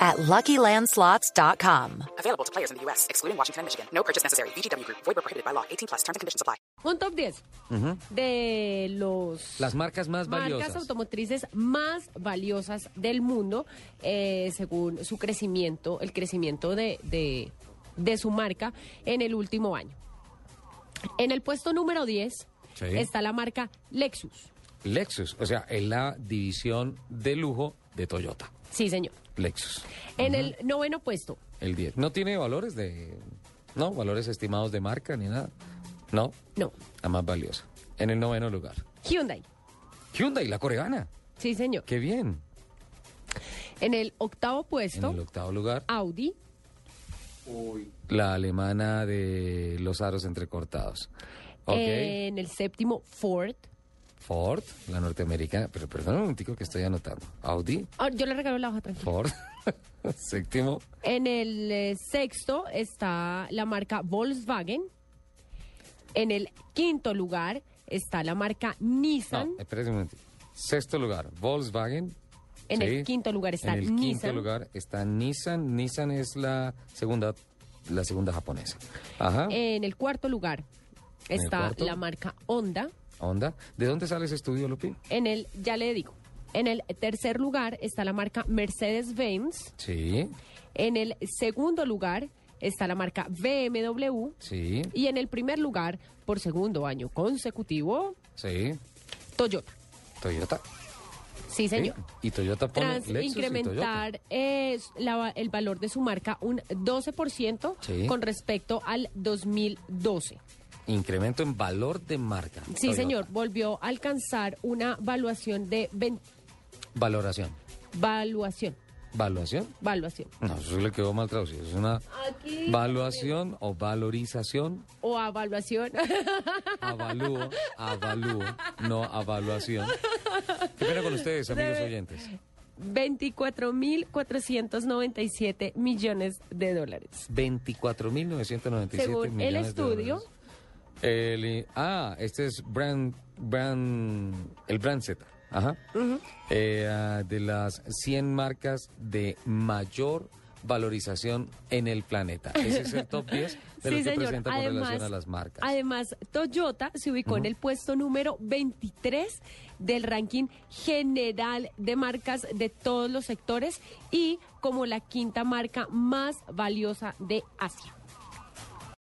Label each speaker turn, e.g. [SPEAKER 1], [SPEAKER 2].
[SPEAKER 1] at LuckyLandSlots.com.
[SPEAKER 2] Available to players in the U.S., excluding Washington and Michigan. No purchase necessary. VGW Group. Void where prohibited by law. 18 plus. Terms and conditions apply.
[SPEAKER 3] Un top 10 de los
[SPEAKER 4] Las marcas más
[SPEAKER 3] marcas
[SPEAKER 4] valiosas.
[SPEAKER 3] automotrices más valiosas del mundo, eh, según su crecimiento, el crecimiento de, de, de su marca en el último año. En el puesto número 10
[SPEAKER 4] Sí.
[SPEAKER 3] está la marca Lexus.
[SPEAKER 4] Lexus, o sea, es la división de lujo de Toyota.
[SPEAKER 3] Sí, señor.
[SPEAKER 4] Lexus,
[SPEAKER 3] En el noveno puesto,
[SPEAKER 4] el 10. No tiene valores de... No, valores estimados de marca ni nada. No,
[SPEAKER 3] no,
[SPEAKER 4] la más valiosa. En el noveno lugar.
[SPEAKER 3] Hyundai.
[SPEAKER 4] Hyundai, la coreana.
[SPEAKER 3] Sí, señor.
[SPEAKER 4] Qué bien.
[SPEAKER 3] En el octavo
[SPEAKER 4] En
[SPEAKER 3] puesto,
[SPEAKER 4] el octavo lugar,
[SPEAKER 3] Audi.
[SPEAKER 4] la alemana de los aros entrecortados. Ok.
[SPEAKER 3] En el séptimo, Ford.
[SPEAKER 4] Ford, la norteamericana. Pero perdón un momentico que estoy anotando. Audi,
[SPEAKER 3] Ah, yo le regalo la hoja tranquila.
[SPEAKER 4] Ford. Séptimo,
[SPEAKER 3] En el eh, sexto está la marca Volkswagen. En el quinto lugar está la marca Nissan.
[SPEAKER 4] No, espérese un momento. Sexto lugar, Volkswagen.
[SPEAKER 3] En el quinto lugar está
[SPEAKER 4] En el quinto
[SPEAKER 3] Nissan.
[SPEAKER 4] lugar está Nissan. Nissan es la segunda, la segunda japonesa. Ajá.
[SPEAKER 3] En el cuarto lugar
[SPEAKER 4] ¿En el
[SPEAKER 3] está
[SPEAKER 4] cuarto?
[SPEAKER 3] la marca Honda.
[SPEAKER 4] Honda. ¿De dónde sale ese estudio, Lupi?
[SPEAKER 3] En el, ya le digo, en el tercer lugar está la marca Mercedes-Benz.
[SPEAKER 4] Sí,
[SPEAKER 3] En el segundo lugar está la marca BMW.
[SPEAKER 4] sí,
[SPEAKER 3] Y en el primer lugar, por segundo año consecutivo,
[SPEAKER 4] sí.
[SPEAKER 3] Toyota.
[SPEAKER 4] Toyota.
[SPEAKER 3] Sí, señor.
[SPEAKER 4] Sí. Y Toyota pone
[SPEAKER 3] Tras
[SPEAKER 4] Lexus y Toyota.
[SPEAKER 3] incrementar eh, la- el valor de su marca un 12%
[SPEAKER 4] Sí.
[SPEAKER 3] con respecto al 2012.
[SPEAKER 4] Incremento en valor de marca.
[SPEAKER 3] Sí,
[SPEAKER 4] Toyota.
[SPEAKER 3] señor, volvió a alcanzar una valuación de 20
[SPEAKER 4] Valoración.
[SPEAKER 3] valuación,
[SPEAKER 4] ¿Valuación?
[SPEAKER 3] valuación
[SPEAKER 4] No, eso le quedó mal traducido. Es una
[SPEAKER 3] Aquí-
[SPEAKER 4] valuación o valorización
[SPEAKER 3] o evaluación.
[SPEAKER 4] Avalúo, avalúo, no avaluación. Qué pena con ustedes, amigos oyentes.
[SPEAKER 3] 24.497 millones de dólares.
[SPEAKER 4] 24.997
[SPEAKER 3] Según el
[SPEAKER 4] millones de
[SPEAKER 3] estudio.
[SPEAKER 4] dólares. El, eh, ah, este es Brand, Brand, el Brand Z. Ajá. Eh, ah, de las 100 marcas de mayor valorización en el planeta. Ese es el top 10
[SPEAKER 3] sí,
[SPEAKER 4] de lo que
[SPEAKER 3] señor.
[SPEAKER 4] presenta con
[SPEAKER 3] además,
[SPEAKER 4] relación a las marcas.
[SPEAKER 3] Además, Toyota se ubicó en el puesto número 23 del ranking general de marcas de todos los sectores y como la quinta marca más valiosa de Asia.